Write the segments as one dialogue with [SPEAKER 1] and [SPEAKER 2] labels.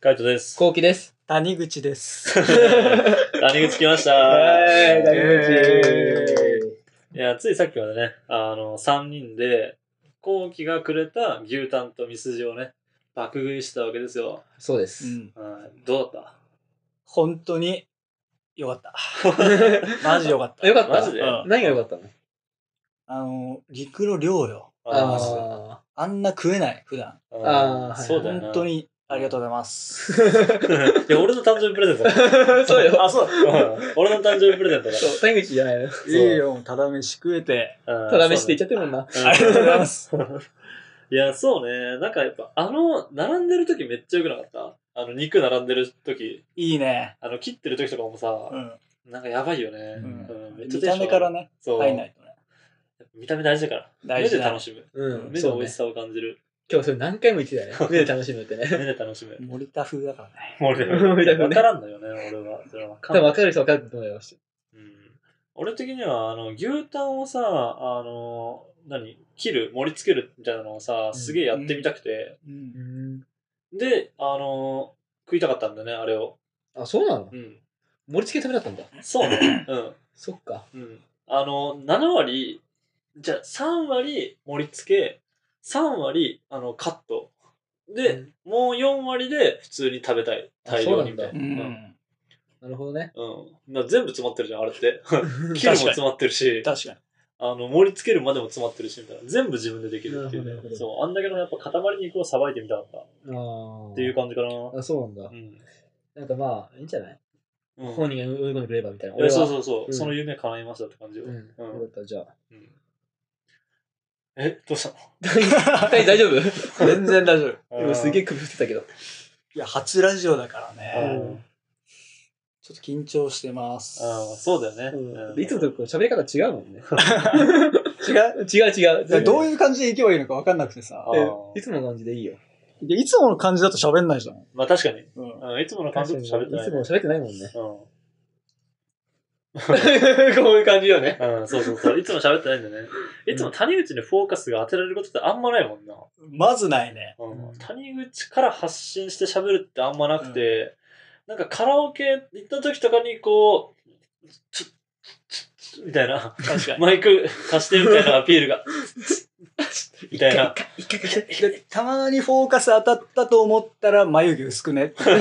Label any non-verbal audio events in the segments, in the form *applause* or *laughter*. [SPEAKER 1] カイトです。
[SPEAKER 2] こうきです。
[SPEAKER 3] 谷口です。
[SPEAKER 1] *laughs* 谷口来ました。
[SPEAKER 2] はい、大
[SPEAKER 3] イ
[SPEAKER 1] いや、ついさっきまでね、あの、3人で、後期がくれた牛タンとミスジをね、爆食いしてたわけですよ。
[SPEAKER 2] そうで
[SPEAKER 3] う
[SPEAKER 2] す。
[SPEAKER 3] ん、
[SPEAKER 1] はいどうだっ
[SPEAKER 3] 本当によかった。
[SPEAKER 2] *laughs*
[SPEAKER 1] た
[SPEAKER 3] マジよかった。
[SPEAKER 2] よかった。
[SPEAKER 1] マジで
[SPEAKER 2] うん何が良かったの
[SPEAKER 3] あの、陸の量よ。
[SPEAKER 1] あー
[SPEAKER 2] あ
[SPEAKER 3] あんな食えない、普段。
[SPEAKER 2] あーはい
[SPEAKER 1] そうだよな。*laughs*
[SPEAKER 3] 本当にありがとうございます。
[SPEAKER 1] いや、俺の誕生日プレゼントだ。
[SPEAKER 2] ー。 *laughs* そうよ。
[SPEAKER 3] あ、そうだ。
[SPEAKER 1] うん俺の誕生日プレゼントだ
[SPEAKER 2] そう、谷口じゃないの。
[SPEAKER 3] いいよ、ただ飯食えて。
[SPEAKER 1] うん。
[SPEAKER 2] ただ飯って言っちゃってるもんな。
[SPEAKER 1] そうだね
[SPEAKER 3] ありがとうございます。
[SPEAKER 1] いや、そうね。なんかやっぱ、あの、並んでる時めっちゃ良くなかったあの、肉並んでる時、
[SPEAKER 3] いいね。
[SPEAKER 1] あの、切ってる時とかもさ、
[SPEAKER 3] うん。
[SPEAKER 1] なんかやばいよね。
[SPEAKER 2] うん
[SPEAKER 1] うんめっちゃテ
[SPEAKER 3] 見
[SPEAKER 1] ンション上
[SPEAKER 3] た
[SPEAKER 1] がる
[SPEAKER 3] 目からね、
[SPEAKER 1] そう。
[SPEAKER 3] 入んないとね。
[SPEAKER 1] 見た目大事だから。
[SPEAKER 3] 大事
[SPEAKER 1] 目で
[SPEAKER 3] だ
[SPEAKER 1] 楽しむ。
[SPEAKER 2] うん、
[SPEAKER 1] 目で
[SPEAKER 2] そう
[SPEAKER 1] 美味
[SPEAKER 2] ね
[SPEAKER 1] し。さを感じ
[SPEAKER 3] *laughs*
[SPEAKER 1] る。
[SPEAKER 2] 今日それ何回も言ってたよね。目で楽しむってね。
[SPEAKER 1] 目で楽しむ。
[SPEAKER 3] 森田風だからね。
[SPEAKER 1] 俺
[SPEAKER 2] 見たくね
[SPEAKER 1] わからんのよね、俺は。
[SPEAKER 3] *laughs*
[SPEAKER 1] それはわか
[SPEAKER 2] 多
[SPEAKER 1] んな
[SPEAKER 2] 分
[SPEAKER 1] い
[SPEAKER 2] 分かる人分かると思います。
[SPEAKER 1] うん俺的には、あの、牛タンをさ、あの、何切る、盛り付けるみたいなのをさ、
[SPEAKER 2] ん
[SPEAKER 1] すげえやってみたくて。
[SPEAKER 3] うん。
[SPEAKER 1] で、あの、食いたかったんだね、あれを。
[SPEAKER 2] あ、そうなの
[SPEAKER 1] うん。
[SPEAKER 2] 盛り付け食べだったんだ。
[SPEAKER 1] そう
[SPEAKER 3] *laughs*
[SPEAKER 1] ね。うん。
[SPEAKER 2] そっか。
[SPEAKER 1] うん。あの、7割、じゃあ3割盛り付け、3割、あの、カット。で、
[SPEAKER 2] うん
[SPEAKER 1] もう4割で普通に食べたい。
[SPEAKER 2] あ
[SPEAKER 1] 大量にみた
[SPEAKER 2] そう
[SPEAKER 1] いな。
[SPEAKER 3] う
[SPEAKER 1] うん
[SPEAKER 3] ん。
[SPEAKER 2] なるほどね。
[SPEAKER 1] うん。な全部詰まってるじゃん、あれ
[SPEAKER 2] *laughs*
[SPEAKER 1] って。切るも詰まってるし、
[SPEAKER 3] 確かに。
[SPEAKER 1] あの、盛り付けるまでも詰まってるし、みたいな。全部自分でできるってい
[SPEAKER 2] なるほどなる
[SPEAKER 1] う
[SPEAKER 2] ほ
[SPEAKER 1] ね。
[SPEAKER 2] ど
[SPEAKER 1] そう、あんだけのやっぱ塊肉をさばいてみたかったっ
[SPEAKER 2] あー
[SPEAKER 1] ていう感じかな。う
[SPEAKER 2] あ、そうなんだ。
[SPEAKER 1] ん。
[SPEAKER 2] なんかまあ、いいんじゃない
[SPEAKER 1] うん
[SPEAKER 2] 本人が喜んでくれればみたいな。
[SPEAKER 1] いやそう
[SPEAKER 2] う。
[SPEAKER 1] そうそう、
[SPEAKER 2] ん
[SPEAKER 1] その夢叶いましたって感じよ。
[SPEAKER 2] うん。よ
[SPEAKER 1] うん
[SPEAKER 2] かった、じゃあ。
[SPEAKER 1] うんえ、どうしたの
[SPEAKER 2] はい、大丈夫
[SPEAKER 3] 全然大丈夫。
[SPEAKER 2] 今すげ
[SPEAKER 1] え、
[SPEAKER 2] え首振ってたけど。
[SPEAKER 3] いや、初ラジオだから
[SPEAKER 1] あー
[SPEAKER 3] ね。ちょっと緊張してます。
[SPEAKER 1] あーそうだよね。うん
[SPEAKER 2] いつもとこう喋り方違うもんね。
[SPEAKER 3] 違う
[SPEAKER 2] 違う違う。
[SPEAKER 3] いやどういう感じでいけばいいのか分かんなくてさ。
[SPEAKER 1] あー
[SPEAKER 2] えいつもの感じでいいよ。
[SPEAKER 3] いやいつもの感じだと喋んないじゃん。
[SPEAKER 1] まあ確かに。
[SPEAKER 3] うん。
[SPEAKER 1] うんいつもの感じと
[SPEAKER 2] いつ
[SPEAKER 1] 喋ってない。
[SPEAKER 2] も喋ってないもん
[SPEAKER 1] *laughs*
[SPEAKER 2] ね。こういう感じよね。
[SPEAKER 1] うん、うん、そうそうそう。いつも喋ってないんだよね。いつも谷口にフォーカスが当てられることってあんまないもんな。
[SPEAKER 3] まずないね。
[SPEAKER 1] うん、谷口から発信して喋るってあんまなくて、なんかカラオケ行った時とかにこう、ちょちょちょみたいな、 *laughs*
[SPEAKER 3] 確かに。
[SPEAKER 1] マイク貸してみたいなアピール *laughs* が、みたいな。
[SPEAKER 2] 一回一回
[SPEAKER 3] *laughs* でたまにフォーカス当たったと思ったら眉毛薄く *laughs* ね。
[SPEAKER 1] そ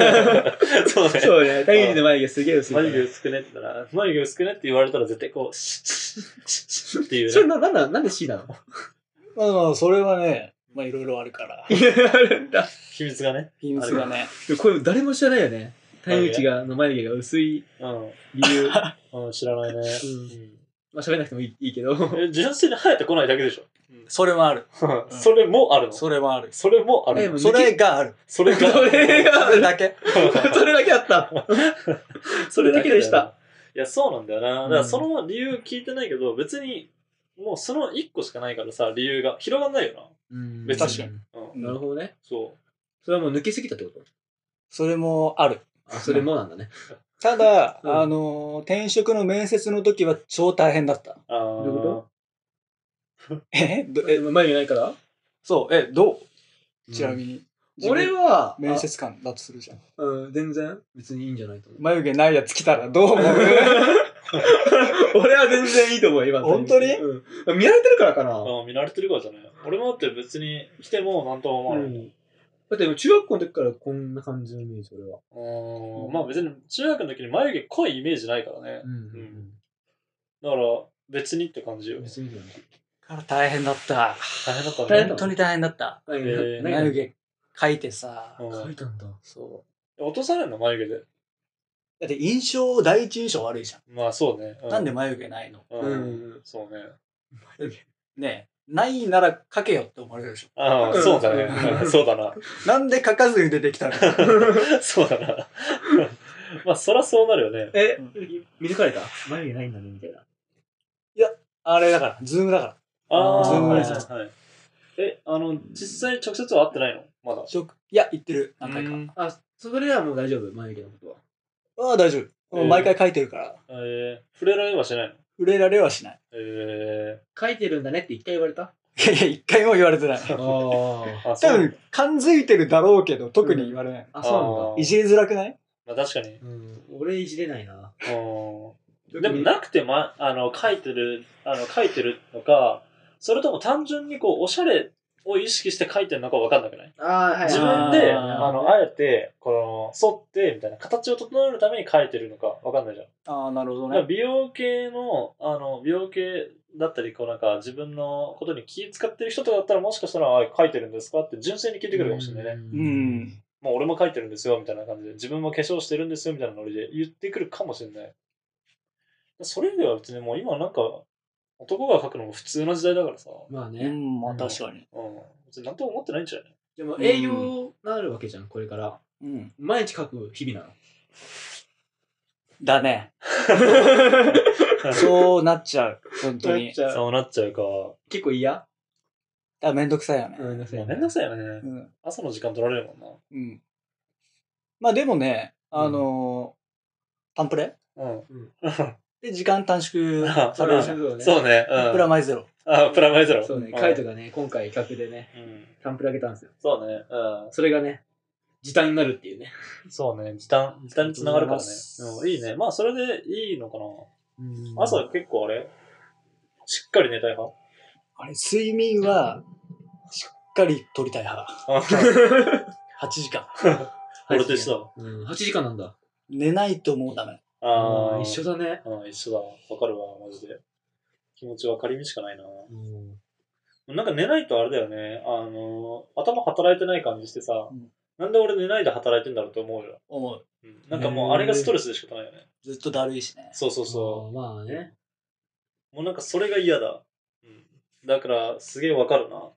[SPEAKER 1] うね。
[SPEAKER 2] そうね。大義の眉毛すげえ薄い。
[SPEAKER 1] 眉毛薄くねって言ったら、眉毛薄くねって言われたら絶対こう、シッシッシッっていうね。
[SPEAKER 2] それな、なんだ、なんで C なの
[SPEAKER 3] まあまあ、それはね、まあいろいろあるから。
[SPEAKER 2] や、あるんだ。
[SPEAKER 1] 秘密がね。
[SPEAKER 3] 秘密がね。
[SPEAKER 2] これ誰も知らないよね。谷口が、の眉毛が薄い
[SPEAKER 1] うん。
[SPEAKER 2] 理由。ま
[SPEAKER 1] うん、知らないね。
[SPEAKER 2] あ喋らなくてもいいいいけど。
[SPEAKER 1] え純粋に生えてこないだけでしょ。
[SPEAKER 3] それもある。ん
[SPEAKER 1] それもあるの。
[SPEAKER 3] それもある。
[SPEAKER 1] それもあ
[SPEAKER 2] え
[SPEAKER 1] る
[SPEAKER 2] も
[SPEAKER 1] の。
[SPEAKER 2] う
[SPEAKER 3] それがある。
[SPEAKER 1] それ
[SPEAKER 2] そ
[SPEAKER 1] が。
[SPEAKER 2] れ
[SPEAKER 3] それだ
[SPEAKER 2] が、
[SPEAKER 3] け。
[SPEAKER 2] それだけあった。それだけでした。
[SPEAKER 1] いや、そうなんだよな。
[SPEAKER 2] う
[SPEAKER 1] だ
[SPEAKER 2] ん
[SPEAKER 1] からその理由聞いてないけど、別に、もうその一個しかないからさ、理由が広がんないよ別
[SPEAKER 3] に確か
[SPEAKER 2] に。
[SPEAKER 1] な。うん。
[SPEAKER 2] なるほどね。
[SPEAKER 1] そ
[SPEAKER 2] それはもう抜けすぎたってこと
[SPEAKER 3] それもある。
[SPEAKER 2] あ、それもなんだね。
[SPEAKER 3] ただ、
[SPEAKER 2] うん
[SPEAKER 3] あのー、転職の面接の時は超大変だった。
[SPEAKER 1] う。あー
[SPEAKER 2] どういうこ
[SPEAKER 3] えど
[SPEAKER 2] え、
[SPEAKER 3] え、
[SPEAKER 2] 眉毛ないから
[SPEAKER 3] そう、え、どうちなみに。
[SPEAKER 2] 俺は、
[SPEAKER 3] 面接官だとするじゃん。
[SPEAKER 2] あうん、全然別にいいんじゃないと思 *laughs* う。
[SPEAKER 3] 眉毛ないやつ来たらどう *laughs* 思う
[SPEAKER 2] 俺は全然いいと思う、今の
[SPEAKER 3] 本当に
[SPEAKER 2] うん。見られてるからかな。
[SPEAKER 1] うん見られてるからじゃない。俺もだって別に来てもなんとも思わ
[SPEAKER 2] う
[SPEAKER 1] ない。
[SPEAKER 2] ん。だって中学校の時からこんな感じのイメージ、俺は。
[SPEAKER 1] うーんまあ別に中学の時に眉毛濃いイメージないからね。
[SPEAKER 2] ん。
[SPEAKER 1] だから別にって感じよ。
[SPEAKER 2] 別にいいんじゃない
[SPEAKER 3] から大変だった。
[SPEAKER 1] 大変だったね。
[SPEAKER 2] 大変だ
[SPEAKER 3] 本当に大変だった。
[SPEAKER 1] えー
[SPEAKER 3] 眉毛描いてさ、
[SPEAKER 1] う
[SPEAKER 2] 描
[SPEAKER 1] ん
[SPEAKER 2] いたんだ。
[SPEAKER 3] そう。
[SPEAKER 1] 落とされるの眉毛で。
[SPEAKER 3] だって印象、第一印象悪いじゃん。
[SPEAKER 1] まあそうね。う
[SPEAKER 3] なんで眉毛ないの
[SPEAKER 1] う
[SPEAKER 2] うん
[SPEAKER 1] ん。そうね。
[SPEAKER 3] ねえないなら描けよって思われるでしょ。
[SPEAKER 1] ああ、そうだね。うん *laughs* そうだな。
[SPEAKER 3] なんで描かずに出てきた *laughs* の
[SPEAKER 1] そうだな。 *laughs* まあそらそうなるよね。
[SPEAKER 2] え
[SPEAKER 3] うん、
[SPEAKER 2] 見抜かれた眉毛ないんだね、みたいな。
[SPEAKER 3] あれだから、ズームだから。
[SPEAKER 1] あ
[SPEAKER 2] ズー
[SPEAKER 1] あ、
[SPEAKER 2] ム
[SPEAKER 1] はい
[SPEAKER 2] レス
[SPEAKER 1] はいはい。え、あの、実際直接は会ってないのまだ。
[SPEAKER 3] ショックいや、言ってる。何回か。
[SPEAKER 1] うん
[SPEAKER 2] あ、それはもう大丈夫、眉毛のことは。
[SPEAKER 3] ああ、大丈夫。もう毎
[SPEAKER 1] え
[SPEAKER 3] 回描いてるから、
[SPEAKER 1] えー、触れられはしないの
[SPEAKER 3] 触れられはしない。
[SPEAKER 1] え
[SPEAKER 2] 書いてるんだねって一回言われた
[SPEAKER 3] いやいや、一回も言われてない。
[SPEAKER 2] あー
[SPEAKER 1] あ、そ
[SPEAKER 3] 多
[SPEAKER 1] う
[SPEAKER 3] 分、感づいてるだろうけど、特に言われない。
[SPEAKER 2] あ、そ
[SPEAKER 3] いじりづらくない
[SPEAKER 1] まあ確かに。
[SPEAKER 2] うなんだ。うん。俺いじれないな。
[SPEAKER 1] うんでもなくて、ま、あの、書いてる、あの、書いてるのか、それとも単純にこう、おしゃれを意識して書いてるのかわかんなくない
[SPEAKER 2] ああ、はい。
[SPEAKER 1] 自分で、
[SPEAKER 3] あー
[SPEAKER 1] あの、あえて、この、反って、みたいな、形を整えるために書いてるのかわかんないじゃん。
[SPEAKER 3] ああ、なるほど
[SPEAKER 1] まあ。美容系の、あの、美容系だったり、こうなんか自分のことに気使ってる人とかだったら、もしかしたら、あ書いてるんですかって純粋に聞いてくるかもしれないね。
[SPEAKER 2] ね
[SPEAKER 3] うん。
[SPEAKER 1] もう俺も書いてるんですよ、みたいな感じで。自分も化粧してるんですよ、みたいなノリで言ってくるかもしれない。それ以外は別にもう今なんか、男が書くのも普通の時代だからさ。
[SPEAKER 2] まあ
[SPEAKER 3] う
[SPEAKER 2] ね。
[SPEAKER 3] ん、まあ確かに。
[SPEAKER 1] うん。別になんとも思ってないんじゃない
[SPEAKER 2] でも栄養なるわけじゃん、これから。
[SPEAKER 3] うん。
[SPEAKER 2] 毎日書く日々なの。
[SPEAKER 3] だ *laughs* ね。そうなっちゃう。本当に。
[SPEAKER 2] そう
[SPEAKER 1] そうなっちゃうか。
[SPEAKER 2] 結構嫌
[SPEAKER 3] あ、めんどくさいよね。
[SPEAKER 2] んな
[SPEAKER 1] まあめんどくさいよね
[SPEAKER 3] う。ん。
[SPEAKER 1] 朝の時間取られるもんな。
[SPEAKER 3] うん。まあでもね、あのー、タンプレ
[SPEAKER 1] うん。
[SPEAKER 3] で、時間短縮
[SPEAKER 1] あ
[SPEAKER 3] されるじゃん。
[SPEAKER 2] そうね。
[SPEAKER 1] そうね。うん。
[SPEAKER 3] プラマイゼロ。
[SPEAKER 1] あ、プラマイゼロ。
[SPEAKER 2] そうね。
[SPEAKER 1] ん
[SPEAKER 2] カイトがね、今回企画でね、
[SPEAKER 1] うん。
[SPEAKER 2] タンプルあげたんですよ。
[SPEAKER 1] そうね。う
[SPEAKER 2] それがね、時短になるっていうね。
[SPEAKER 1] ん。そうね。時短、時短につながるからね
[SPEAKER 3] ありがとうございま。
[SPEAKER 1] う
[SPEAKER 3] す
[SPEAKER 1] ん、いいね。まあ、それでいいのかな。朝結構あれしっかり寝たい派
[SPEAKER 3] あれ、睡眠は、しっかり取りたい派。8時間。
[SPEAKER 1] *laughs* 俺と一緒だわ。
[SPEAKER 2] うん、8時間なんだ。
[SPEAKER 3] 寝ないともうダメ。
[SPEAKER 1] あ
[SPEAKER 2] うん
[SPEAKER 1] あ。
[SPEAKER 2] 一緒だね。
[SPEAKER 1] うん、一緒だわ。わかるわ、マジで。気持ち分かりみしかないな。
[SPEAKER 2] うん
[SPEAKER 1] なんか寝ないとあれだよね。あの、頭働いてない感じしてさ
[SPEAKER 3] うん、
[SPEAKER 1] なんで俺寝ないで働いてんだろうと思うよ。
[SPEAKER 3] 思う。
[SPEAKER 1] うんなんかもうあれがストレスでしかないよね。
[SPEAKER 3] ずっとだるいしね。
[SPEAKER 1] そうそうそう。
[SPEAKER 2] う。まあね。
[SPEAKER 1] もうなんかそれが嫌だ。うん、だからすげえわかるな。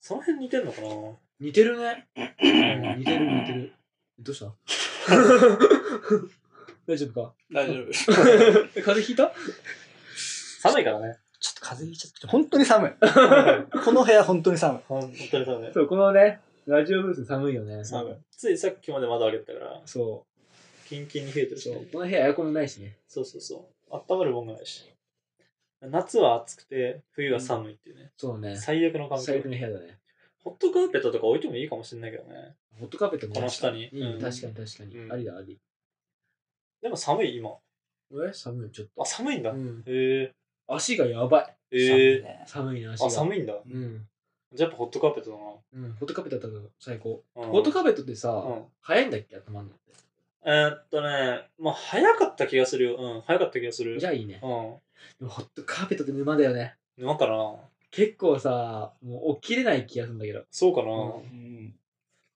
[SPEAKER 1] その辺似てんのかな
[SPEAKER 2] 似てるね。うん似てる似てる。 *laughs* どうした大丈夫か
[SPEAKER 3] 大丈夫。ちょ
[SPEAKER 2] 風邪ひいた
[SPEAKER 1] 寒いからね。
[SPEAKER 3] っと風邪ひいちゃって。本当に寒い。この部屋本当に寒い。
[SPEAKER 1] 本当に寒い。
[SPEAKER 2] *laughs* そう、このね、ラジオブース寒いよね。
[SPEAKER 1] 寒い。ついさっきまで窓開けてたから、
[SPEAKER 2] そ
[SPEAKER 1] キンキンに冷えて
[SPEAKER 2] う。
[SPEAKER 1] るし
[SPEAKER 2] そ
[SPEAKER 1] ね、
[SPEAKER 2] う。この部屋エアコンないしね。
[SPEAKER 1] そうそうそう。温まるもんがないし。夏は暑くて、冬は寒いっていうね。
[SPEAKER 2] そうね。
[SPEAKER 1] 最悪の環境
[SPEAKER 2] 最悪。の部屋だね。
[SPEAKER 1] ホットカーペットとか置いてもいいかもしれないけどね。
[SPEAKER 2] ホットカーペットも
[SPEAKER 1] この下に。
[SPEAKER 2] いいね
[SPEAKER 1] うん
[SPEAKER 2] 確かに確かに。
[SPEAKER 1] うん
[SPEAKER 2] ありだあり。
[SPEAKER 1] でも寒い、今。
[SPEAKER 2] え寒い、ちょっと。
[SPEAKER 1] あ、寒いんだ。へ
[SPEAKER 2] うん。
[SPEAKER 1] え
[SPEAKER 2] 足がやばい。
[SPEAKER 1] ー。え
[SPEAKER 2] 寒
[SPEAKER 3] 寒いね
[SPEAKER 2] いな、足
[SPEAKER 1] ー。
[SPEAKER 2] が。
[SPEAKER 1] あ、寒いんだ。
[SPEAKER 2] うん。
[SPEAKER 1] じゃあやっぱホットカーペットだ
[SPEAKER 2] うん。ホットカーペットだったら最高。
[SPEAKER 1] な。
[SPEAKER 2] ホット
[SPEAKER 1] カ
[SPEAKER 2] カーペットってさ、
[SPEAKER 1] うん。
[SPEAKER 2] 早いんだっけ温まんのっ
[SPEAKER 1] えーっとね、まあ、早かった気がするよ。うん、早かった気がす
[SPEAKER 2] て。
[SPEAKER 1] る。
[SPEAKER 2] じゃあいいね。
[SPEAKER 1] うん。
[SPEAKER 2] でもホットカーペットって沼だよね。
[SPEAKER 1] 沼かな
[SPEAKER 2] 結構さ、もう起きれない気がするんだけど。
[SPEAKER 1] そうかな、
[SPEAKER 2] うん
[SPEAKER 3] うん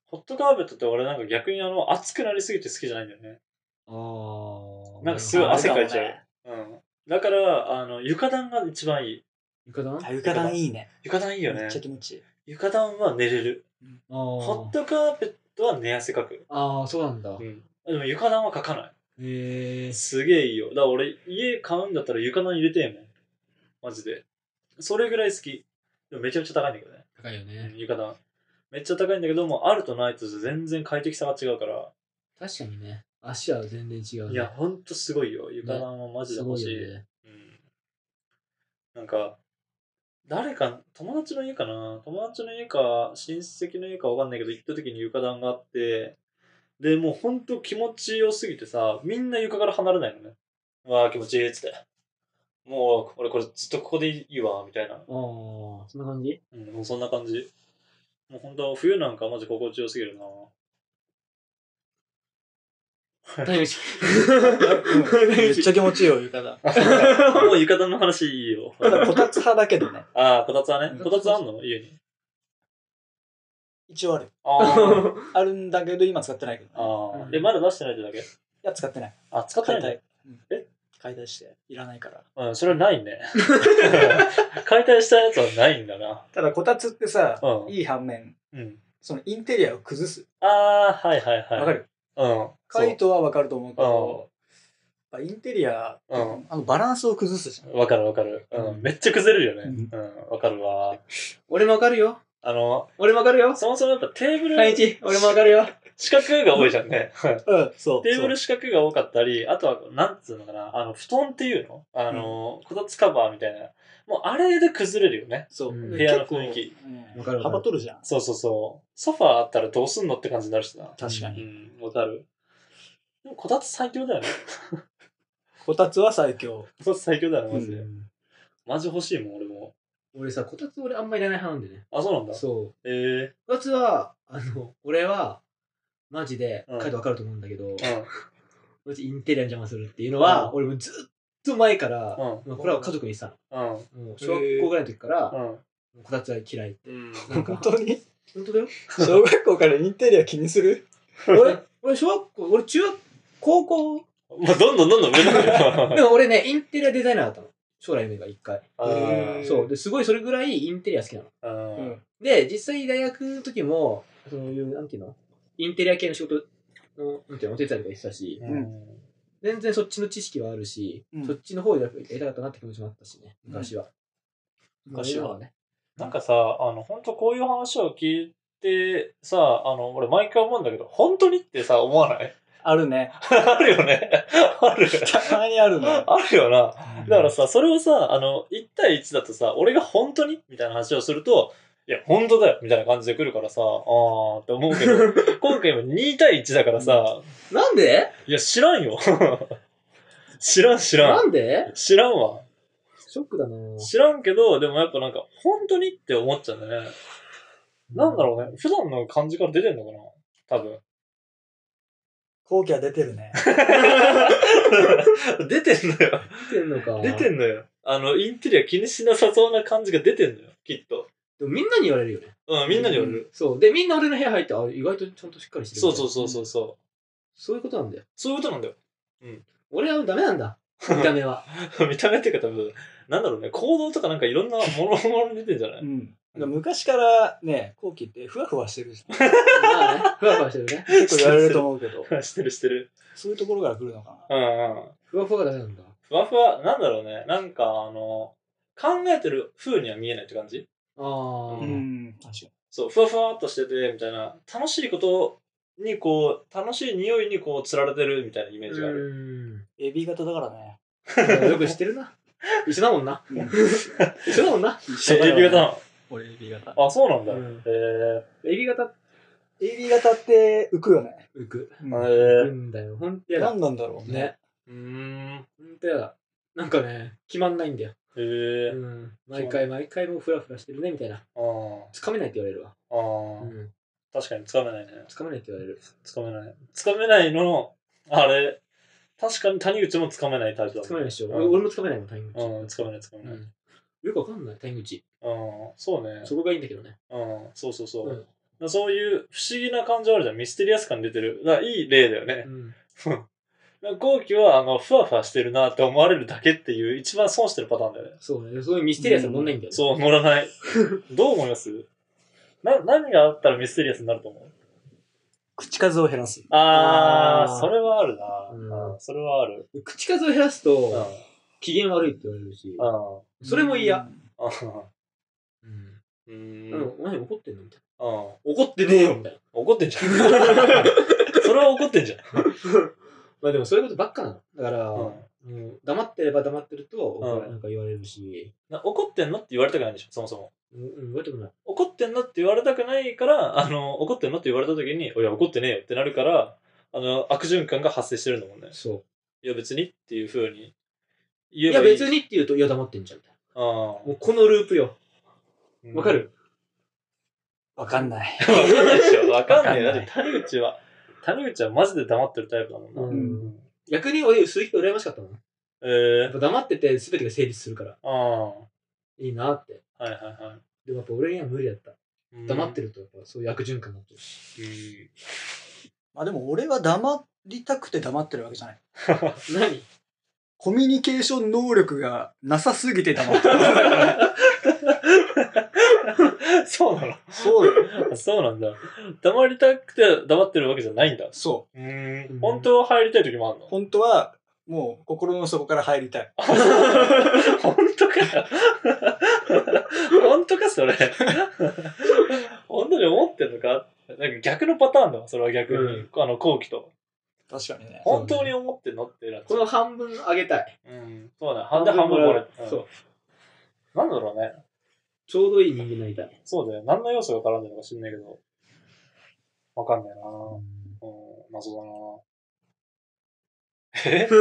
[SPEAKER 1] ホットカーペットって俺なんか逆にあの、熱くなりすぎて好きじゃないんだよね。
[SPEAKER 2] あ
[SPEAKER 1] なんかすごい汗
[SPEAKER 2] か
[SPEAKER 1] かいちゃう。うん。だから、あの、床暖が一番いい。
[SPEAKER 2] 床暖
[SPEAKER 3] あ床暖いいね。
[SPEAKER 1] 床暖いいよ
[SPEAKER 3] め
[SPEAKER 1] ね
[SPEAKER 3] っちゃ。気持ちいい。
[SPEAKER 1] 床暖は寝れる。
[SPEAKER 2] あー
[SPEAKER 1] ホットカーペットは寝汗かく。
[SPEAKER 2] あー、そうなんだ。
[SPEAKER 1] う
[SPEAKER 2] へ
[SPEAKER 1] ん。でも床暖はかかな
[SPEAKER 2] え
[SPEAKER 1] い。。すげえいいよ。だから俺、家買うんだったら床暖入れてえもん。マジで。それぐらい好き。でもめちゃめちゃ高いんだけどね。
[SPEAKER 2] 高いよ
[SPEAKER 1] うん
[SPEAKER 2] ね。
[SPEAKER 1] 床暖めっちゃ高いんだけどもあるとないとじゃ全然快適さが違うから、
[SPEAKER 2] 確かにね。足は全然違うね、
[SPEAKER 1] いやほんとすごいよ床暖はマジです欲
[SPEAKER 2] ごい
[SPEAKER 1] しい
[SPEAKER 2] よね。
[SPEAKER 1] うん、なんか誰か友達の家かな友達の家か親戚の家かわかんないけど行った時に床暖があってでもうほんと気持ちよすぎてさみんな床から離れないのねうわあ気持ちいいっつってもう俺これずっとここでいいわみたいな
[SPEAKER 2] ああ、そんな感じ
[SPEAKER 1] うん、もうそんな感じ。もう本当冬なんかマジ心地よすぎるな。
[SPEAKER 2] 大
[SPEAKER 1] *laughs*
[SPEAKER 2] 丈
[SPEAKER 3] うんめっちゃ気持ちいいよ、床暖。
[SPEAKER 1] もう浴衣の話いいよ。
[SPEAKER 3] ただ、こたつ派だけどね。
[SPEAKER 1] ああ、こたつはね。
[SPEAKER 3] うん
[SPEAKER 1] こたつあんの家に。
[SPEAKER 3] 一応ある。
[SPEAKER 1] あー
[SPEAKER 3] *laughs* あるんだけど、今使ってないけどね。
[SPEAKER 1] あー。で、まだ出してないってだけ
[SPEAKER 3] いや、使ってない。
[SPEAKER 1] あ、使ってないん
[SPEAKER 3] 解
[SPEAKER 1] だ
[SPEAKER 3] 体。
[SPEAKER 1] え
[SPEAKER 3] 解体して。いらないから。
[SPEAKER 1] うん、それはないね。 *laughs* 解体したやつはないんだな。
[SPEAKER 3] ただ、こたつってさ
[SPEAKER 1] う、ん
[SPEAKER 3] いい反面、
[SPEAKER 1] うん。
[SPEAKER 3] そのインテリアを崩す。
[SPEAKER 1] ああ、はいはいはい。
[SPEAKER 3] わかる
[SPEAKER 1] うん。
[SPEAKER 3] カ
[SPEAKER 1] そ
[SPEAKER 3] イトはわかると思うけど、やっぱインテリア、
[SPEAKER 1] うん
[SPEAKER 3] あのバランスを崩すじゃん。
[SPEAKER 1] う。わかるわかる。う。
[SPEAKER 2] うんん
[SPEAKER 1] めっちゃ崩れるよね。
[SPEAKER 3] う
[SPEAKER 1] うん。わかるわ。
[SPEAKER 2] 俺もわかるよ。
[SPEAKER 1] あの、
[SPEAKER 2] 俺もわかるよ。
[SPEAKER 1] そもそもやっぱテーブル
[SPEAKER 2] カイチ、俺もわかるよ。
[SPEAKER 1] 四角が多いじゃんね。
[SPEAKER 3] うん、そう。
[SPEAKER 1] テーブル四角が多かったり、あとは、なんつうのかな、あの、布団っていうのあの、こたつカバーみたいな。もうあれで崩れるよね。
[SPEAKER 3] そう。
[SPEAKER 2] うん
[SPEAKER 1] 部
[SPEAKER 3] 結
[SPEAKER 1] 屋の
[SPEAKER 3] 構
[SPEAKER 1] 雰囲気。
[SPEAKER 3] うん
[SPEAKER 2] わかるわかる
[SPEAKER 3] 幅取るじゃん。
[SPEAKER 1] そうそうそう。ソファーあったらどうすんのって感じになるしな。
[SPEAKER 3] 確か
[SPEAKER 1] う
[SPEAKER 3] に。
[SPEAKER 1] ん、わかる。でもこたつ最強だよね。 *laughs*
[SPEAKER 3] こたつは最強。
[SPEAKER 1] こたつ最強だよね、マジで。
[SPEAKER 2] うん
[SPEAKER 1] マジ欲しいもん、俺も。
[SPEAKER 2] 俺さ、こたつ俺あんまいらない派なんでね。
[SPEAKER 1] あ、そうなんだ。
[SPEAKER 2] そう。
[SPEAKER 1] え
[SPEAKER 2] こたつは、あの、俺は、マジで、
[SPEAKER 1] うん
[SPEAKER 2] 彼とわかると思うんだけど、
[SPEAKER 1] えー。
[SPEAKER 2] 俺インテリアに邪魔するっていうの
[SPEAKER 1] う
[SPEAKER 2] は、俺もずっと前から、
[SPEAKER 1] う
[SPEAKER 2] まあこれは家族にさ、
[SPEAKER 1] うん。うん。
[SPEAKER 2] もう小学校ぐらいの時から、
[SPEAKER 1] うん。
[SPEAKER 2] もうこたつは嫌い。
[SPEAKER 1] うん。
[SPEAKER 2] なんか
[SPEAKER 3] 本当に
[SPEAKER 2] 本当だよ。
[SPEAKER 3] 小学校からインテリア気にする
[SPEAKER 1] *laughs*
[SPEAKER 2] 俺、俺小学校、俺中学、高校、
[SPEAKER 1] まあ、どんどんどんどん上だ
[SPEAKER 2] *laughs*
[SPEAKER 1] ね。
[SPEAKER 2] でも俺ね、インテリアデザイナーだったの。将来の夢が一回。
[SPEAKER 1] あー
[SPEAKER 2] そう。で、すごいそれぐらいインテリア好きなの。
[SPEAKER 1] う。
[SPEAKER 3] うん
[SPEAKER 2] で、実際大学の時も、そういう、なんていうのインテリア系の仕事の、なんていうのお手伝いとか言ってたし、
[SPEAKER 1] うん
[SPEAKER 2] 全然そっちの知識はあるし、
[SPEAKER 3] うん
[SPEAKER 2] そっちの方でやっぱやりたかったなって気持ちもあったしね、昔は。
[SPEAKER 1] 昔は
[SPEAKER 2] ね。
[SPEAKER 1] なんかさ、あの、本当こういう話を聞いて、さ、あの、俺毎回思うんだけど、本当にってさ、思わない *laughs*
[SPEAKER 3] あるね。
[SPEAKER 1] あるよね。 *laughs* ある。
[SPEAKER 2] *laughs*
[SPEAKER 3] たまにある *laughs* ね。
[SPEAKER 1] あるよな。だからさ、それをさ、あの、1対1だとさ、俺が本当にみたいな話をすると、いや、本当だよみたいな感じで来るからさ、あーって思うけど、今回も2対1だからさ、
[SPEAKER 2] *laughs* なんで
[SPEAKER 1] いや、知らんよ。 *laughs* 知らん知ら。
[SPEAKER 2] なんんで
[SPEAKER 1] 知らんわ。
[SPEAKER 2] ショックだな
[SPEAKER 1] 知らんけど、でもやっぱなんか、本当にって思っちゃうんだね。なんだろうね。普段の感じから出てんのかな多分。
[SPEAKER 3] 後期は出てるね。
[SPEAKER 1] *laughs* 出てんだよ。
[SPEAKER 2] 出てんのか。
[SPEAKER 1] 出てんだよ。あの、インテリア気にしなさそうな感じが出てんだよ。きっと。
[SPEAKER 2] でもみんなに言われるよね。
[SPEAKER 1] うん、みんなに言われる。
[SPEAKER 2] そう。で、みんな俺の部屋入って、あ、意外とちゃんとしっかりしてる。。
[SPEAKER 1] そうそうそうそううそう。
[SPEAKER 2] そういうことなんだよ。
[SPEAKER 1] そういうことなんだよ。 *laughs*
[SPEAKER 2] 俺はダメなんだ。見た目は。
[SPEAKER 1] 見た目っていうか多分、なんだろうね、行動とかなんかいろんなもの *laughs* もの出てんじゃな
[SPEAKER 3] う
[SPEAKER 1] い
[SPEAKER 3] ん。昔からね、後期ってふわふわしてる *laughs* 人結
[SPEAKER 2] まあね、ふわふわしてるね。
[SPEAKER 3] 構言われると思うけど、
[SPEAKER 1] してるしてる。
[SPEAKER 3] *laughs* そういうところから来るのかな。
[SPEAKER 1] うんうん。
[SPEAKER 2] ふわふわがダメなんだ。
[SPEAKER 1] ふわふわ、なんだろうね、なんかあの、考えてる風には見えないって感じ
[SPEAKER 2] ああ、
[SPEAKER 1] う *laughs*
[SPEAKER 3] うん、確か
[SPEAKER 1] そう、ふわふわっとしてて、みたいな、楽しいことにこう、楽しい匂いにこう、釣られてるみたいなイメージがある。
[SPEAKER 3] に。AB 型だからね。
[SPEAKER 2] うん。よく知ってるな。一緒だもんな。一緒だもんな。
[SPEAKER 1] え、AB 型な
[SPEAKER 3] 俺 AB 型。
[SPEAKER 1] のあ、そうなんだ。
[SPEAKER 2] うん
[SPEAKER 1] へえ
[SPEAKER 2] AB 型
[SPEAKER 3] AB 型って浮くよね。
[SPEAKER 2] 浮く。
[SPEAKER 1] ー。
[SPEAKER 3] な
[SPEAKER 2] 浮
[SPEAKER 1] へ
[SPEAKER 2] く
[SPEAKER 1] え
[SPEAKER 2] んだよ。ほんとやだ。
[SPEAKER 3] んなんだろうね。
[SPEAKER 2] ね。
[SPEAKER 1] うーん。
[SPEAKER 2] ほんとやだ。なんかね、決まんないんだ
[SPEAKER 1] へ
[SPEAKER 2] よ。う
[SPEAKER 1] えー。
[SPEAKER 2] ん。毎回毎回もうふらふらしてるね、みたいな。
[SPEAKER 1] あー
[SPEAKER 2] つかめないって言われるわ。
[SPEAKER 1] あー、
[SPEAKER 2] うん。
[SPEAKER 1] 確かにつかめないね。
[SPEAKER 2] つかめないって言われる。
[SPEAKER 1] つかめない。つかめないの、あれ、確かに谷口もつかめないタイプだもん。
[SPEAKER 2] つかめないでしょ。
[SPEAKER 1] うん
[SPEAKER 2] 俺俺もつかめないもん、タイム
[SPEAKER 1] うん、つかめない、つかめない。うん、
[SPEAKER 2] よくわかんない、タイム口。
[SPEAKER 1] そうね。
[SPEAKER 2] そこがいいんだけどね。
[SPEAKER 1] うん、そうそうそう。
[SPEAKER 2] う
[SPEAKER 1] だ
[SPEAKER 2] ん
[SPEAKER 1] からそういう不思議な感じあるじゃん。ミステリアス感出てる。だからいい例だよね。 *laughs* なんか後期は、あの、ふわふわしてるなって思われるだけっていう、一番損してるパターンだよね。
[SPEAKER 2] そうね。そういうミステリアスは乗んないんだよね。
[SPEAKER 1] そう、乗ら *laughs* ない。どう思いますな、何があったらミステリアスになると思う
[SPEAKER 3] 口数を減らす。
[SPEAKER 1] あー、
[SPEAKER 2] あー
[SPEAKER 1] それはあるな。
[SPEAKER 2] うん
[SPEAKER 1] うん、それはある。
[SPEAKER 2] 口数を減らす
[SPEAKER 1] うん。うん
[SPEAKER 2] と、機嫌悪いって言われるし、。それも嫌。うん。
[SPEAKER 1] うん。
[SPEAKER 2] う
[SPEAKER 1] うん
[SPEAKER 2] ん。お前怒ってんのみたい
[SPEAKER 1] うん。
[SPEAKER 2] な。怒ってねえよみたいな。
[SPEAKER 1] 怒ってんじ *laughs* ゃん。それは怒ってんじゃん。
[SPEAKER 2] まあでもそういうことばっかなの。だから、
[SPEAKER 1] うん
[SPEAKER 2] うん黙ってれば黙ってると、
[SPEAKER 1] うん
[SPEAKER 2] なんか言われるし、
[SPEAKER 1] な怒ってんのって言われたくないんでしょ、そもそも。
[SPEAKER 2] うん、うん、言われてもない。
[SPEAKER 1] 怒ってんのって言われたくないから、あの、怒ってんのって言われた時に、いや、怒ってねえよってなるから、あの、悪循環が発生してるんだもんね。
[SPEAKER 2] そう。
[SPEAKER 1] いや、別にっていう風に
[SPEAKER 2] い
[SPEAKER 1] 言え
[SPEAKER 2] や
[SPEAKER 1] ばいい。
[SPEAKER 2] 別にって言うと、いや黙ってんじゃんみたい
[SPEAKER 1] あ
[SPEAKER 2] な。もうこのループよ。
[SPEAKER 1] あ。
[SPEAKER 2] わかる、
[SPEAKER 3] わかんない。
[SPEAKER 1] *laughs* わかんないでしょ。わかんない。だ
[SPEAKER 3] わ
[SPEAKER 1] っ
[SPEAKER 3] か
[SPEAKER 1] て
[SPEAKER 3] んな
[SPEAKER 1] 谷口は、谷口はマジで黙ってるタイプだもんな。
[SPEAKER 2] うん逆に俺、鈴木が羨ましかったもん。
[SPEAKER 1] え
[SPEAKER 2] やっ
[SPEAKER 1] ー、
[SPEAKER 2] ぱ黙ってて全てが成立するから、
[SPEAKER 1] ああ。はい
[SPEAKER 2] いなって。
[SPEAKER 1] いはいは
[SPEAKER 2] でもやっぱ俺には無理だった。
[SPEAKER 1] い。
[SPEAKER 2] 黙ってると、やっぱそういう悪循環になってる。
[SPEAKER 1] る。
[SPEAKER 3] *laughs* まあでも俺は黙りたくて黙ってるわけじゃない。
[SPEAKER 2] 何
[SPEAKER 3] コミュニケーション能力がなさすぎて黙ってる。
[SPEAKER 1] うん、そうなの
[SPEAKER 3] *laughs*
[SPEAKER 1] *laughs*
[SPEAKER 3] そうよ。
[SPEAKER 1] あそうなんだ。黙りたくて黙ってるわけじゃないんだ。
[SPEAKER 3] そう
[SPEAKER 1] ー
[SPEAKER 2] うん
[SPEAKER 1] ん。本当は入りたい時もある
[SPEAKER 3] う。
[SPEAKER 1] の
[SPEAKER 3] 本当は、もう心の底から入りたい。
[SPEAKER 1] *laughs* 本当かよ *laughs* 本当かそれ。 *laughs* 本当に思ってんのかなんか逆のパターンだわ、それは逆に。
[SPEAKER 2] うん
[SPEAKER 1] あの、後期と。
[SPEAKER 3] 確かにね。
[SPEAKER 1] 本当に思ってんのってなっち
[SPEAKER 2] こ
[SPEAKER 1] ゃう。
[SPEAKER 2] の半分あげたい。
[SPEAKER 1] うん。そうだ、半で半分もらえ
[SPEAKER 2] そう。
[SPEAKER 1] なんだろうね。
[SPEAKER 2] ちょうどいい人間になりた
[SPEAKER 1] *laughs*
[SPEAKER 2] い。
[SPEAKER 1] そうだよ。何の要素が絡んでるのか知んないけど。わかんないなうん、謎だなえ *laughs* ち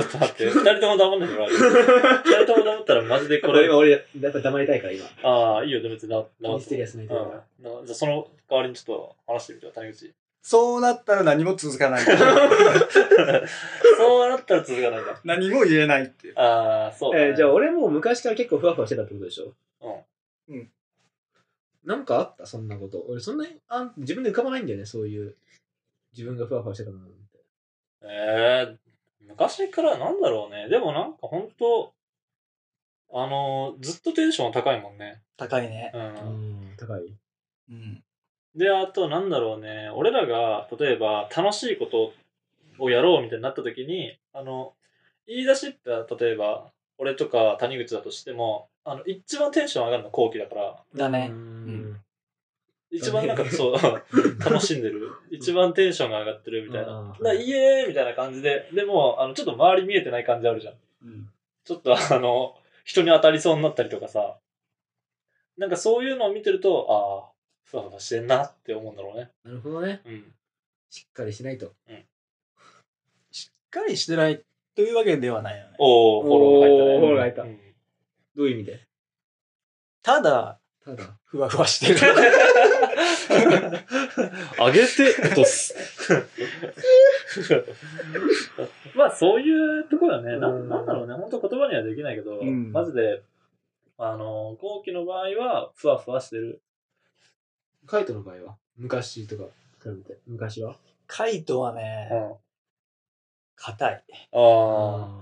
[SPEAKER 1] ょっと待って。二人とも黙んないでもらえる二人とも黙ったらマジでこ
[SPEAKER 2] これ
[SPEAKER 1] れ
[SPEAKER 2] 今。俺、やっぱ黙りたいから今。
[SPEAKER 1] ああ、いいよ、別に黙黙
[SPEAKER 2] ミ
[SPEAKER 1] っ
[SPEAKER 2] ステ
[SPEAKER 1] て。
[SPEAKER 2] リアスな
[SPEAKER 1] うん
[SPEAKER 2] り
[SPEAKER 1] じ
[SPEAKER 2] たいから。
[SPEAKER 1] ゃあ、その代わりにちょっと話してみてよ、谷口。 *laughs*
[SPEAKER 3] そうなったら何も続かない。 *laughs*
[SPEAKER 1] そうなったら続かないんだ。
[SPEAKER 3] 何も言えないっていう。
[SPEAKER 1] ああ、そうだね、
[SPEAKER 2] えーじゃあ俺もう昔から結構ふわふわしてたってことでしょ
[SPEAKER 1] うん
[SPEAKER 3] うん。
[SPEAKER 2] なんかあったそんなこと。俺そんなにあん自分で浮かばないんだよね、そういう。自分がふわふわしてたのなんて。
[SPEAKER 1] えー、昔からなんだろうね。でもなんか本当あのーずっとテンション高いもんね。
[SPEAKER 3] 高いね。
[SPEAKER 1] う。
[SPEAKER 2] うんん、高い。
[SPEAKER 3] うん。
[SPEAKER 1] で、あとなんだろうね。俺らが、例えば楽しいことをやろうみたいになった時に、あの、言い出しって、例えば、俺とか谷口だとしても、あの、一番テンション上がるの後期だから、
[SPEAKER 3] だね
[SPEAKER 2] う。ん。
[SPEAKER 1] 一番なんか
[SPEAKER 2] だね
[SPEAKER 1] そう、楽しんで *laughs* る。一番テンションが上がってるみたいな。
[SPEAKER 2] あー
[SPEAKER 1] だからイエーイみたいな感じで、でも、あの、ちょっと周り見えてない感じあるじゃん。
[SPEAKER 3] うん。
[SPEAKER 1] ちょっとあの、人に当たりそうになったりとかさ、なんかそういうのを見てると、ああ、ふわふわしてんなって思うんだろうね。
[SPEAKER 2] *laughs* なるほどね。
[SPEAKER 1] うん。
[SPEAKER 2] しっかりしないと。
[SPEAKER 3] しっかりしてないというわけではないよね。
[SPEAKER 1] おー、フォローが入った
[SPEAKER 2] おー
[SPEAKER 1] ね。
[SPEAKER 2] どういう意味で
[SPEAKER 3] ただ、
[SPEAKER 2] ただ。
[SPEAKER 3] ふわふわしてる。 *laughs*
[SPEAKER 1] 上げて落とす。 *laughs* まあそういうところだね。な
[SPEAKER 2] うん
[SPEAKER 1] なんだろうね。本当言葉にはできないけど、
[SPEAKER 3] うん
[SPEAKER 1] マジで、あの、後期の場合は、ふわふわしてる。
[SPEAKER 2] カイトの場合は昔とか比べて。昔は
[SPEAKER 3] カイトはね、
[SPEAKER 1] ん。あ
[SPEAKER 3] 硬い。
[SPEAKER 1] あ。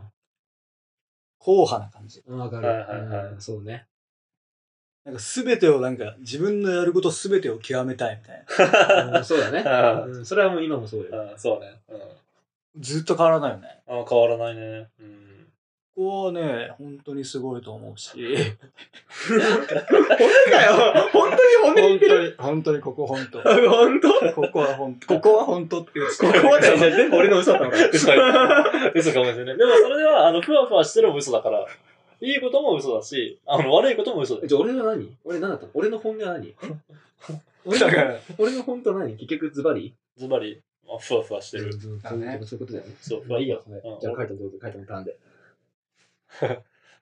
[SPEAKER 3] 硬派な感じ。
[SPEAKER 2] あー。わかる。
[SPEAKER 1] はいはいはい
[SPEAKER 2] うんそう *laughs* ね。
[SPEAKER 3] なんか全てをなんか自分のやること全てを極めたいみたいな。
[SPEAKER 2] うんそうだね。
[SPEAKER 1] あ
[SPEAKER 2] うんそれはもう今もそうよ。
[SPEAKER 1] あそうね。うん。
[SPEAKER 3] ずっと変わらないよね。
[SPEAKER 1] あ変わらないね。うん。
[SPEAKER 3] ここはね、本当にすごいと思う *laughs* し。
[SPEAKER 2] 本当だよ本当に
[SPEAKER 3] 本当に、本当にここ本当。
[SPEAKER 2] る本当
[SPEAKER 3] ここは本当。ここは本当って言って
[SPEAKER 2] ここまで全部俺の嘘だったのか。
[SPEAKER 1] 嘘か嘘かもしれない。でもそれでは、あの、ふわふわしてるも嘘だから、いいことも嘘だし、あの、悪いことも嘘だよ。
[SPEAKER 2] じゃあ俺は何俺何だったの俺の本音は *laughs* 何俺
[SPEAKER 3] だか
[SPEAKER 2] の
[SPEAKER 3] ら、
[SPEAKER 2] 俺の本当は何結局ズバリ
[SPEAKER 1] ズバリ、まあ、ふわふわしてる。
[SPEAKER 2] そういう
[SPEAKER 3] だね
[SPEAKER 2] そういうことだよね。
[SPEAKER 1] そう、ふ
[SPEAKER 2] ま
[SPEAKER 1] わふ
[SPEAKER 2] あ
[SPEAKER 1] わ
[SPEAKER 2] いいよ。それ
[SPEAKER 1] うん
[SPEAKER 2] じゃあカイトのどうぞ、カイトのターンで。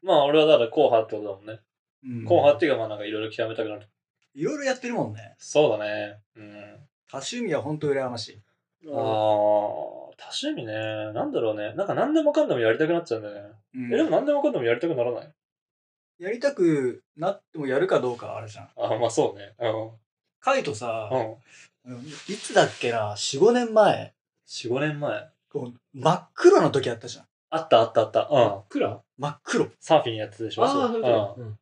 [SPEAKER 1] まあ、俺はだから、後派ってことだもんね。
[SPEAKER 3] うん
[SPEAKER 1] 後派っていうか、まあ、なんかいろいろ極めたくなる。
[SPEAKER 3] いろいろやってるもんね。
[SPEAKER 1] そうだね。うん。
[SPEAKER 3] 多趣味は本当羨ましい。
[SPEAKER 1] ああ、多趣味ね。なんだろうね。なんか何でもかんでもやりたくなっちゃうんだよね。
[SPEAKER 3] うん
[SPEAKER 1] え、でも何でもかんでもやりたくならない
[SPEAKER 3] やりたくなってもやるかどうかはあれじゃん。
[SPEAKER 1] あまあそうね。う
[SPEAKER 3] カイトさ
[SPEAKER 1] ん。う、ん。
[SPEAKER 3] いつだっけな、4、5年前、
[SPEAKER 1] 4、5年前。
[SPEAKER 3] こう真っ黒の時あったじゃん。
[SPEAKER 1] あったあったあった。うん。
[SPEAKER 2] クラ
[SPEAKER 3] 真っ黒。
[SPEAKER 1] サーフィンやってたでしょ。
[SPEAKER 2] ああ、そういううんことだうん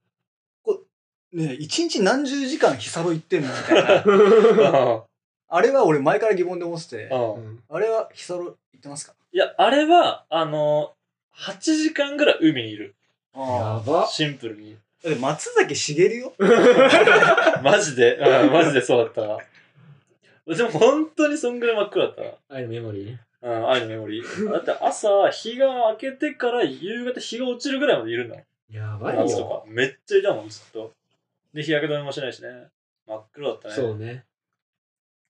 [SPEAKER 3] ねえ一日何十時間ヒサロ行ってんのみた
[SPEAKER 1] *laughs*
[SPEAKER 3] いな。あれは俺前から疑問で思ってて、
[SPEAKER 1] う
[SPEAKER 2] *laughs*
[SPEAKER 1] ん。うん。
[SPEAKER 3] あれはヒサロ行ってますか
[SPEAKER 1] いや、あれは、あの、8時間ぐらい海にいる。
[SPEAKER 2] や
[SPEAKER 3] ああ。
[SPEAKER 2] ば。
[SPEAKER 1] シンプルに。
[SPEAKER 3] だって松崎しげるよ。
[SPEAKER 1] マジで、うん、マジでそうだったな。でも本当にそんぐらい真っ暗だったな。
[SPEAKER 2] 愛のメモリーね。
[SPEAKER 1] うん、愛のメモリー。だって朝、日が明けてから夕方日が落ちるぐらいまでいるんだもん。
[SPEAKER 2] やばい
[SPEAKER 1] 夏と
[SPEAKER 2] よ。
[SPEAKER 1] か。めっちゃいたもん、ずっと。で、日焼け止めもしないしね。真っ黒だったね。
[SPEAKER 2] そうね。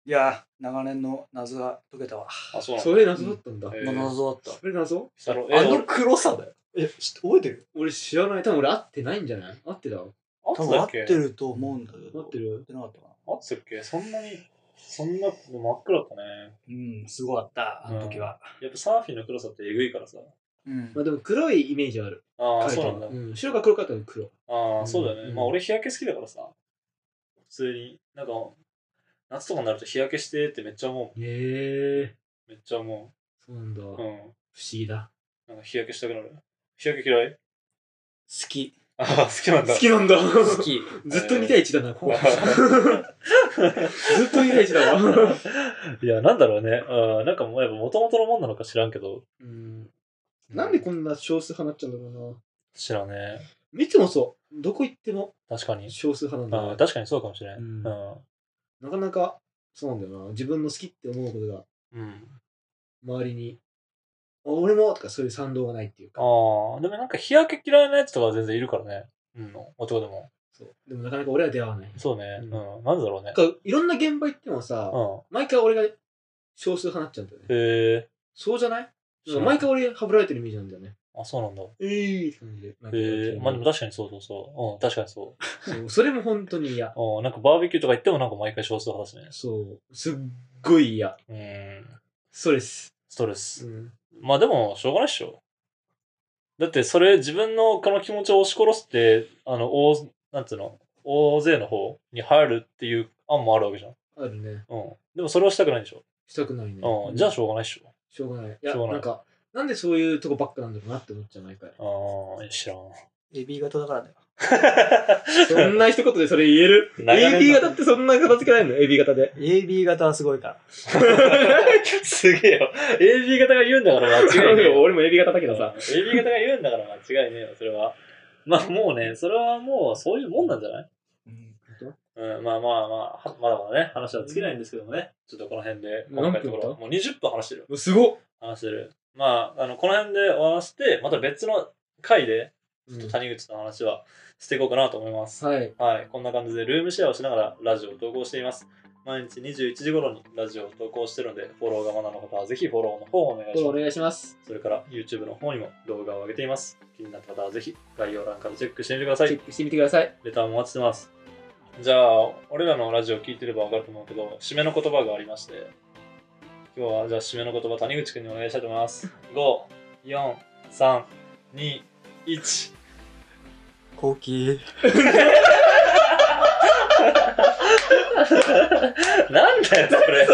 [SPEAKER 3] いやー、長年の謎が解けたわ。
[SPEAKER 1] あ、そうなんだ。
[SPEAKER 2] それ謎だったんだ。
[SPEAKER 1] え
[SPEAKER 2] そ
[SPEAKER 1] ー
[SPEAKER 3] もう謎だっ
[SPEAKER 2] れ謎
[SPEAKER 1] したろえ
[SPEAKER 3] た。あ
[SPEAKER 1] 俺
[SPEAKER 3] の黒さだよ。え、知って覚えてる
[SPEAKER 2] 俺知らない。多分俺会ってないんじゃない会ってた会
[SPEAKER 1] あっ
[SPEAKER 3] 多
[SPEAKER 1] て
[SPEAKER 3] 分
[SPEAKER 1] た
[SPEAKER 3] 合
[SPEAKER 1] っ
[SPEAKER 3] っ
[SPEAKER 1] け
[SPEAKER 3] てると思うんだけど。
[SPEAKER 2] って
[SPEAKER 3] 合
[SPEAKER 2] る
[SPEAKER 3] ってなかったかな。
[SPEAKER 1] あってたっけそんなに、そんな真っ暗だったね。
[SPEAKER 3] うん、すごかった、あの時は。
[SPEAKER 1] やっぱサーフィンの黒さってえぐいからさ。
[SPEAKER 3] うん
[SPEAKER 2] まあでも黒いイメージはある。
[SPEAKER 1] ああ、
[SPEAKER 2] カイト
[SPEAKER 1] そう
[SPEAKER 2] は
[SPEAKER 1] なんだ。
[SPEAKER 2] ん白か黒かったら黒。
[SPEAKER 1] あ
[SPEAKER 2] う
[SPEAKER 1] あ、
[SPEAKER 2] ん
[SPEAKER 1] そうだよね。
[SPEAKER 2] うん
[SPEAKER 1] まあ俺日焼け好きだからさ。普通に、なんか、夏とかになると日焼けしてってめっちゃ思
[SPEAKER 2] へえ。
[SPEAKER 1] う。めっちゃ思
[SPEAKER 2] そうなんだ。
[SPEAKER 1] う。
[SPEAKER 2] 不
[SPEAKER 1] う
[SPEAKER 2] 思
[SPEAKER 1] ん。
[SPEAKER 2] 議だ。
[SPEAKER 1] なんか日焼けしたくなる。日焼け嫌い
[SPEAKER 3] 好き。
[SPEAKER 1] ああ、好きなんだ。
[SPEAKER 2] 好きなんだ。
[SPEAKER 3] 好き。
[SPEAKER 2] *laughs* ずっと2対1だな、こう。
[SPEAKER 1] *laughs*
[SPEAKER 2] ずっと2対1
[SPEAKER 1] *laughs*
[SPEAKER 2] だわ。
[SPEAKER 1] いや、なんだろうね。うん。なんかもうやっぱ元々のもんなのか知らんけど。
[SPEAKER 2] うんなんでこんな少数派になっちゃうんだろうな。
[SPEAKER 1] 知らねえ。
[SPEAKER 2] 見てもそう。どこ行っても
[SPEAKER 1] 確かに。
[SPEAKER 2] 少数派
[SPEAKER 1] あ
[SPEAKER 2] な
[SPEAKER 1] あ
[SPEAKER 2] んだ。
[SPEAKER 1] 確かにそうかもしれん。う
[SPEAKER 2] うんん。なかなか、そうなんだよな。自分の好きって思うことが、
[SPEAKER 1] うん。
[SPEAKER 2] 周りに、あ俺もとかそういう賛同がないっていうか。
[SPEAKER 1] ああ、でもなんか日焼け嫌いなやつとかは全然いるからね。うん、男でも。
[SPEAKER 2] そう。でもなかなか俺は出会わない。
[SPEAKER 1] そうね。
[SPEAKER 2] う
[SPEAKER 1] うん。なんでだろうね。
[SPEAKER 2] なんか、いろんな現場行ってもさ、
[SPEAKER 1] う
[SPEAKER 2] 毎回俺が少数派になっちゃうんだよね。
[SPEAKER 1] ん。へえ。
[SPEAKER 2] そうじゃない
[SPEAKER 1] そう
[SPEAKER 2] 毎回俺、はぶられてるイメージなんだよね。
[SPEAKER 1] あ、そうなんだ。
[SPEAKER 2] ええって感じで。なんか
[SPEAKER 1] へえ。まあでも確かにそうそうそう。うん、確かにそ
[SPEAKER 2] そうそれも本当に嫌。
[SPEAKER 1] う。うん、なんかバーベキューとか行ってもなんか毎回少数派だし
[SPEAKER 2] そう。すっごい嫌。
[SPEAKER 1] ね。うん。
[SPEAKER 2] そうです。
[SPEAKER 1] ストレス。
[SPEAKER 2] ん。
[SPEAKER 1] まあでも、しょうがないっしょ。だってそれ自分のこの気持ちを押し殺すって、あの、大、なんつうの、大勢の方に入るっていう案もあるわけじゃん。
[SPEAKER 2] あるね。
[SPEAKER 1] うん。でもそれをしたくないでしょ。
[SPEAKER 2] したくないね。
[SPEAKER 1] うん。じゃあしょうがないっしょ。
[SPEAKER 2] しょうがない。いや、
[SPEAKER 1] しょうがない。
[SPEAKER 2] なんか、なんでそういうとこばっかなんだろうなって思っちゃう、毎回
[SPEAKER 1] ああ、知らん。
[SPEAKER 3] AB 型だからだよ。
[SPEAKER 2] そんな一言でそれ言える
[SPEAKER 1] 長年だ
[SPEAKER 2] ?AB 型ってそんな片付けないの ?AB 型で。
[SPEAKER 3] AB 型はすごいから。
[SPEAKER 1] *laughs* すげえよ。AB 型が言うんだから間違いねえよ。
[SPEAKER 2] 俺も AB 型だけどさ。
[SPEAKER 1] AB 型が言うんだから間違いねえよ、それは。まあもうね、それはもうそういうもんなんじゃないうん、まあまあまあ、はまだまだね、話は尽きないんですけどもね、ちょっとこの辺で、今回のところ
[SPEAKER 2] 何分、
[SPEAKER 1] もう20分話してるよ。
[SPEAKER 2] もうすごっ、
[SPEAKER 1] 話してる。まあ、あの、この辺で終わらせて、また別の回で、ちょっと谷口の話はしていこうかなと思います。
[SPEAKER 2] はい。
[SPEAKER 1] はい、こんな感じでルームシェアをしながらラジオを投稿しています。毎日21時頃にラジオを投稿してるので、フォローがまだの方はぜひフォローの方をお願い
[SPEAKER 2] フォ
[SPEAKER 1] し
[SPEAKER 2] ロ
[SPEAKER 1] ま
[SPEAKER 2] ーお願いします。
[SPEAKER 1] す。それから YouTube の方にも動画を上げています。気になった方はぜひ概要欄からチェックしてみてくださ
[SPEAKER 2] チ
[SPEAKER 1] い
[SPEAKER 2] ェ。ックしてみてください。
[SPEAKER 1] レターもお待ちしてます。じゃあ、俺らのラジオ聞いてればわかると思うけど、締めの言葉がありまして、今日はじゃあ締めの言葉、谷口くんにお願いしたいと思います。5、4、3、2、1。
[SPEAKER 3] 後期。
[SPEAKER 1] なんだよ、それ。